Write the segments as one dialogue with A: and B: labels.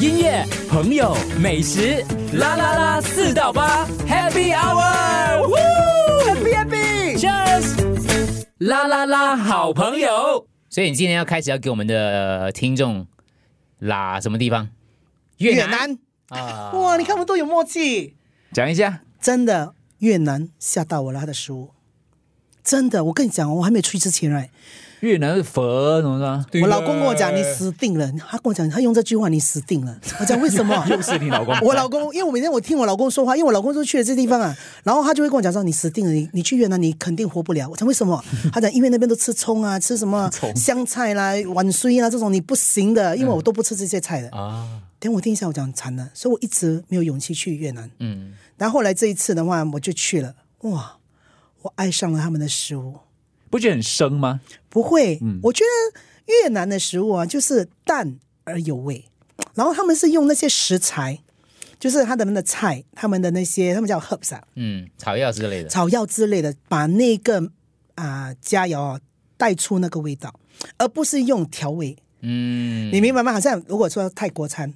A: 音乐、朋友、美食，啦啦啦，四到八，Happy Hour，Happy Happy，Cheers，啦啦啦，好朋友。
B: 所以你今天要开始要给我们的呃听众拉什么地方？越
C: 越
B: 南
C: 南，
B: 啊！
C: 哇，你看我们多有默契，
A: 讲一下，
C: 真的越南吓到我了，他的食物，真的，我跟你讲哦，我还没去之前哎，
A: 越南是佛什么的？
C: 我老公跟我讲你死定了，他跟我讲他用这句话你死定了，我讲为什 么？
A: 又是你老公
C: 我老公，因为我每天我听我老公说话，因为我老公就去了这地方啊，然后他就会跟我讲说：“你死定了，你你去越南你肯定活不了。”我讲为什么？他讲因为那边都吃葱啊，吃什么香菜啦、碗碎啦啊这种你不行的，因为我都不吃这些菜的啊。等我听一下，我讲惨了，所以我一直没有勇气去越南。嗯，然后后来这一次的话，我就去了，哇，我爱上了他们的食物。
A: 不觉得很生吗？
C: 不会，我觉得越南的食物啊，就是淡而有味，然后他们是用那些食材，就是他们的菜，他们的那些他们叫 herbs 啊，
B: 嗯，草药之类的，
C: 草药之类的，把那个啊、佳肴啊带出那个味道，而不是用调味。
B: 嗯，
C: 你明白吗？好像如果说泰国餐，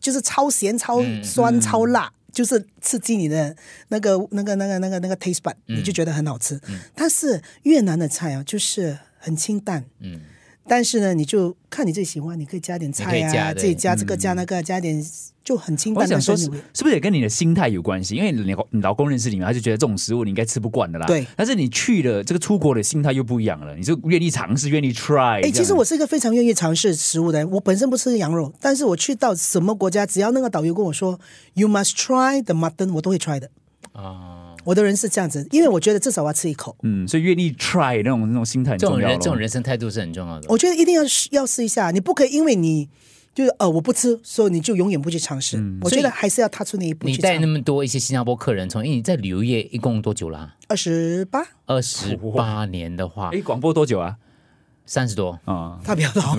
C: 就是超咸、超
B: 嗯
C: 酸、超辣，就是刺激你的那个、那个、那个、那个、那个 taste bud，、你
B: 嗯
C: 就觉得很好吃。但是越南的菜啊，就是很清淡，嗯。但是呢，你就看你自己喜欢，你可以加点菜
B: 你可以加
C: 啊，
B: 对嗯
C: 自己加这个加那个，加点就很清
A: 我
C: 淡的
A: 想说
C: 酸
A: 是
C: 味。
A: 是不是也跟你的心态有关系？因为你老你老公认识你嘛，他就觉得这种食物你应该吃不惯的啦。
C: 对
A: 但是你去了这个出国的心态又不一样了，你就愿意尝试，愿意 try 这样。
B: 啊
C: 哎，其实我是一个非常愿意尝试食物的人。我本身不吃羊肉，但是我去到什么国家，只要那个导游跟我说 “You must try the mutton”，我都会 try 的。
B: 啊，
C: 我的人是这样子，因为我觉得至少我要吃一口。
A: 嗯，所以愿意 try 那种那种心态很
B: 这种
A: 重要
B: 人
A: 咯
B: 这种人生态度是很重要的。
C: 我觉得一定要试要试一下，你不可以因为你就是呃我不吃，所以你就永远不去尝试。我觉得还是要踏出那一步
B: 嗯你
C: 去
B: 带那
C: 尝。
B: 么多一些新加坡客人，从因为你在旅游业一共多久啦、
C: 二十八，
B: 二十八年的话
A: 哦哎，，广播多久啊？
B: 三十多。
A: 啊、
C: 他不 要老，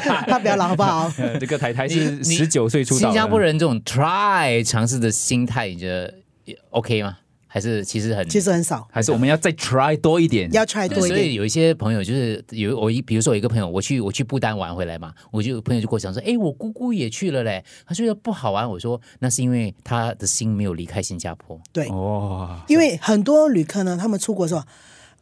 C: 他不要老好不好？
A: 呃这个台台
B: 你
A: 是
B: 你
A: 十九岁出道的，
B: 新加坡人这种 try 尝试的心态，你觉得也 OK 吗？还是其实很
C: 其实很少，
A: 还是我们要再 try 多一点。
C: 要 try
B: 对，
C: 多一
B: 所以
C: 点。
B: 有一些朋友就是有我一，比如说有一个朋友，我去我去不丹玩回来嘛，我就有朋友就跟我讲说，哎，我姑姑也去了嘞，她觉得不好玩。我说那是因为她的心没有离开新加坡。
C: 对，
A: 哦，
C: 因为很多旅客呢，他们出国说。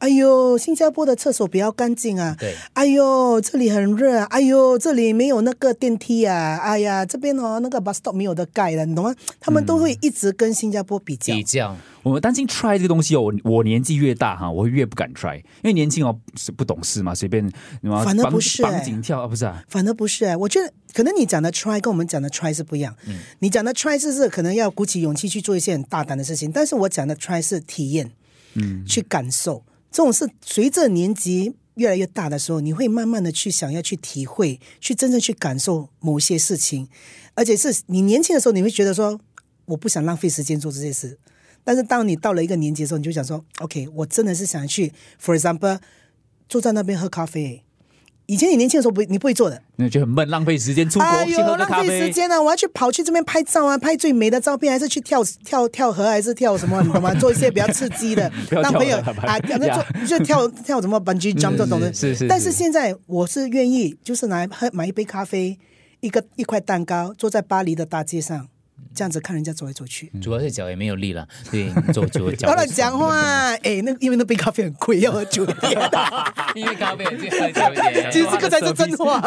C: 哎呦，新加坡的厕所比较干净啊！
B: 对
C: 哎呦，这里很热啊！哎呦，这里没有那个电梯啊！哎呀，这边哦，那个 bus stop 没有的盖了，你懂吗？他们都会一直跟新加坡比较。
B: 比较
A: 我们担心 try 这个东西哦，我我年纪越大哈，我会越不敢 try，因为年轻哦是不懂事嘛，随便什么
C: 反而
A: 绑
C: 不是
A: 绑
C: 哎
A: 紧跳啊，不是啊，
C: 反而不是哎、我觉得可能你讲的 try 跟我们讲的 try 是不一样。你讲的 try 是是可能要鼓起勇气去做一些很大胆的事情，但是我讲的 try 是体验，嗯，去感受。这种是随着年纪越来越大的时候，你会慢慢的去想要去体会，去真正去感受某些事情，而且是你年轻的时候，你会觉得说我不想浪费时间做这些事。但是当你到了一个年纪的时候，你就想说，OK，我真的是想去，for example，坐在那边喝咖啡。以前你年轻的时候不，你不会做的，
A: 那就很闷，浪费时间出国、
C: 哎
A: 去
C: 呦，
A: 喝个咖
C: 浪费
A: 啡
C: 时。间啊！我要去跑去这边拍照啊，拍最美的照片，还是去跳跳跳河，还是跳什么，你懂吗？做一些比较刺激的
A: 不，要
C: 让
A: 跳
C: 朋友
A: 了吧
C: 啊，那
A: 呀嗯
C: 就就跳跳什么 bungee jump 这种的。
A: 是是
C: 但
A: 是
C: 是现在我是愿意，就是拿来喝买一杯咖啡，一个一块蛋糕，坐在巴黎的大街上，这样子看人家走来走去。
B: 主要是脚也没有力了，对，走走
C: 不
B: 脚。
C: 要乱讲话，哎，那因为那杯咖啡很贵，要喝酒 店。
B: 因为咖啡有这喝酒
A: 哎
B: 点
C: 其实这个才是真话，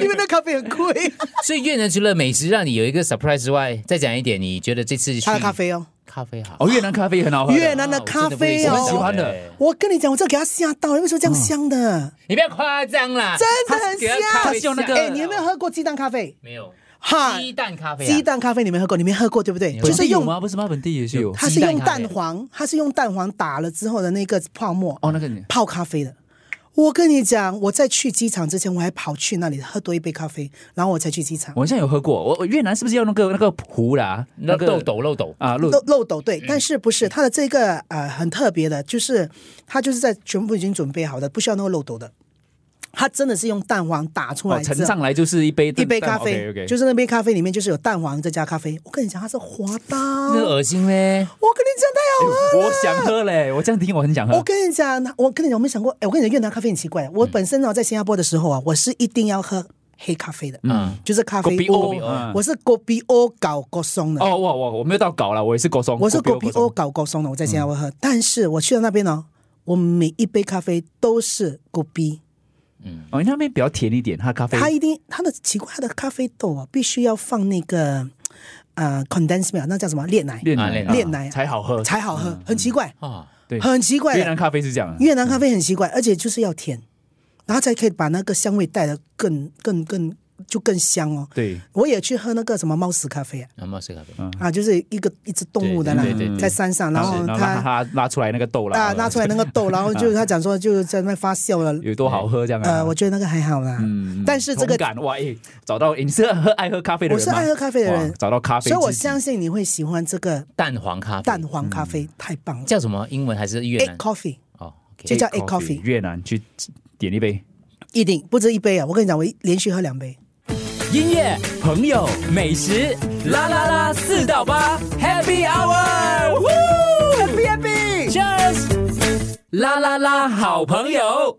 C: 因为那咖啡很 贵。
B: 所以越南除了美食让你有一个 surprise 之外，再讲一点，你觉得这次去
C: 他的咖啡哦，
B: 咖啡好，
A: 哦，越南咖啡也很好喝的。
C: 越南的
B: 哦
C: 咖啡
A: 我
C: 哦，
A: 很喜欢的。
C: 我跟你讲，我这给他吓到了，为什么这样香的？
B: 你不要夸张啦，
C: 哦真的很香
B: 它
C: 它
B: 是
C: 是
B: 用
A: 用那
B: 那个，
A: 个
C: 哎、你有没有喝过鸡蛋咖啡？
B: 没有
C: 哈，
B: 鸡蛋咖啡啊？
C: 鸡蛋咖啡你没喝过，你没喝过对不对？
A: 本
C: 就
A: 地
C: 是
A: 有
C: 用
A: 吗？不是吗？本地也是有。
C: 它是用蛋
B: 鸡蛋咖
C: 黄，它是用蛋黄打了之后的那个泡沫
A: 哦，那个
C: 泡咖啡的。我跟你讲，我在去机场之前，我还跑去那里喝多一杯咖啡，然后我才去机场。
A: 我好像有喝过。我我越南是不是要那个那个壶啦？
B: 那
A: 个
B: 漏斗漏斗，
A: 啊，漏
C: 漏漏斗对，但是不是它的这个呃很特别的，就是它就是在全部已经准备好的，不需要那个漏斗的，它真的是用蛋黄打出
A: 哦，
C: 来
A: 盛
C: 之后。
A: 上来就是一杯
C: 啊一杯咖啡
A: o k
C: 就是是那杯咖啡里面就是有蛋黄再加咖啡。我跟你讲，它是滑 蛋，我跟
B: 那
C: 你
B: 恶心嘞！
C: 讲太好了。
A: 哎我想喝嘞，我这样听我很想喝
C: 我。跟你
D: 嗯
C: 哦讲，我跟你讲，我没想过，哎，我跟你讲，越南咖啡很奇怪。我本身呢，在新加坡的时候啊，我是一定要喝黑咖啡的，
B: 嗯，
C: 就是咖啡
D: Kopi O，
C: 我
D: 嗯
C: 我是 Kopi O 搞过松的，
D: 哦，我我我没有到搞了，我也是狗松，
C: 我是 Kopi
D: Kopi
C: O 搞过松的，我在新加坡喝，
D: 嗯
C: 但是我去到那边呢，我每一杯咖啡都是 Kopi，
D: 哦，因为那边比较甜一点，它咖啡
C: 它一定它的奇怪，它的咖啡豆啊必须要放那个呃 condensed milk，那叫什么炼奶，
D: 炼
B: 啊
D: 奶
B: 炼
D: 啊
C: 炼奶
D: 才好喝，
C: 才好喝，很奇怪，
B: 啊，
D: 对，
C: 很奇怪
D: 越南咖啡是这
A: 啊
D: 样的，
C: 越南咖啡很奇怪，而且就是要甜，然后才可以把那个香味带得更更更就更香哦。
D: 对，
C: 我也去喝那个什么猫屎咖啡啊，
B: 那么是咖啡，
C: 啊就是一个一只动物的啦
B: 对对对，对
C: 在山上，然后
D: 然后让
C: 它
D: 它拉出来那个豆啦，
C: 啊拉出来那个豆，然后就他讲说就在那发酵了，
D: 有多好喝这样啊？
C: 呃，我觉得那个还好啦，但是
D: 嗯
C: 这
D: 同
C: 个，
D: 感哇，哎，找到诶你是喝爱喝咖啡的
C: 我
D: 人
C: 是
D: 吗？
C: 爱喝咖啡的人
D: 哇找到咖啡知
C: 所
D: 己，
C: 以我相信你会喜欢这个
B: 蛋黄咖啡，
C: 蛋黄咖啡，太棒了
B: 叫什么英文还是越
C: e i g
B: 南？
C: coffee
B: 哦，OK，
C: 就叫
D: Eight
C: egg coffee
D: 越南去点一杯，
C: 一定不止一杯啊！我跟你讲，我一连续喝两杯。
A: 音乐、朋友、美食，啦啦啦，四到八，Happy Hour，Happy Happy，Cheers，啦啦啦，好朋友。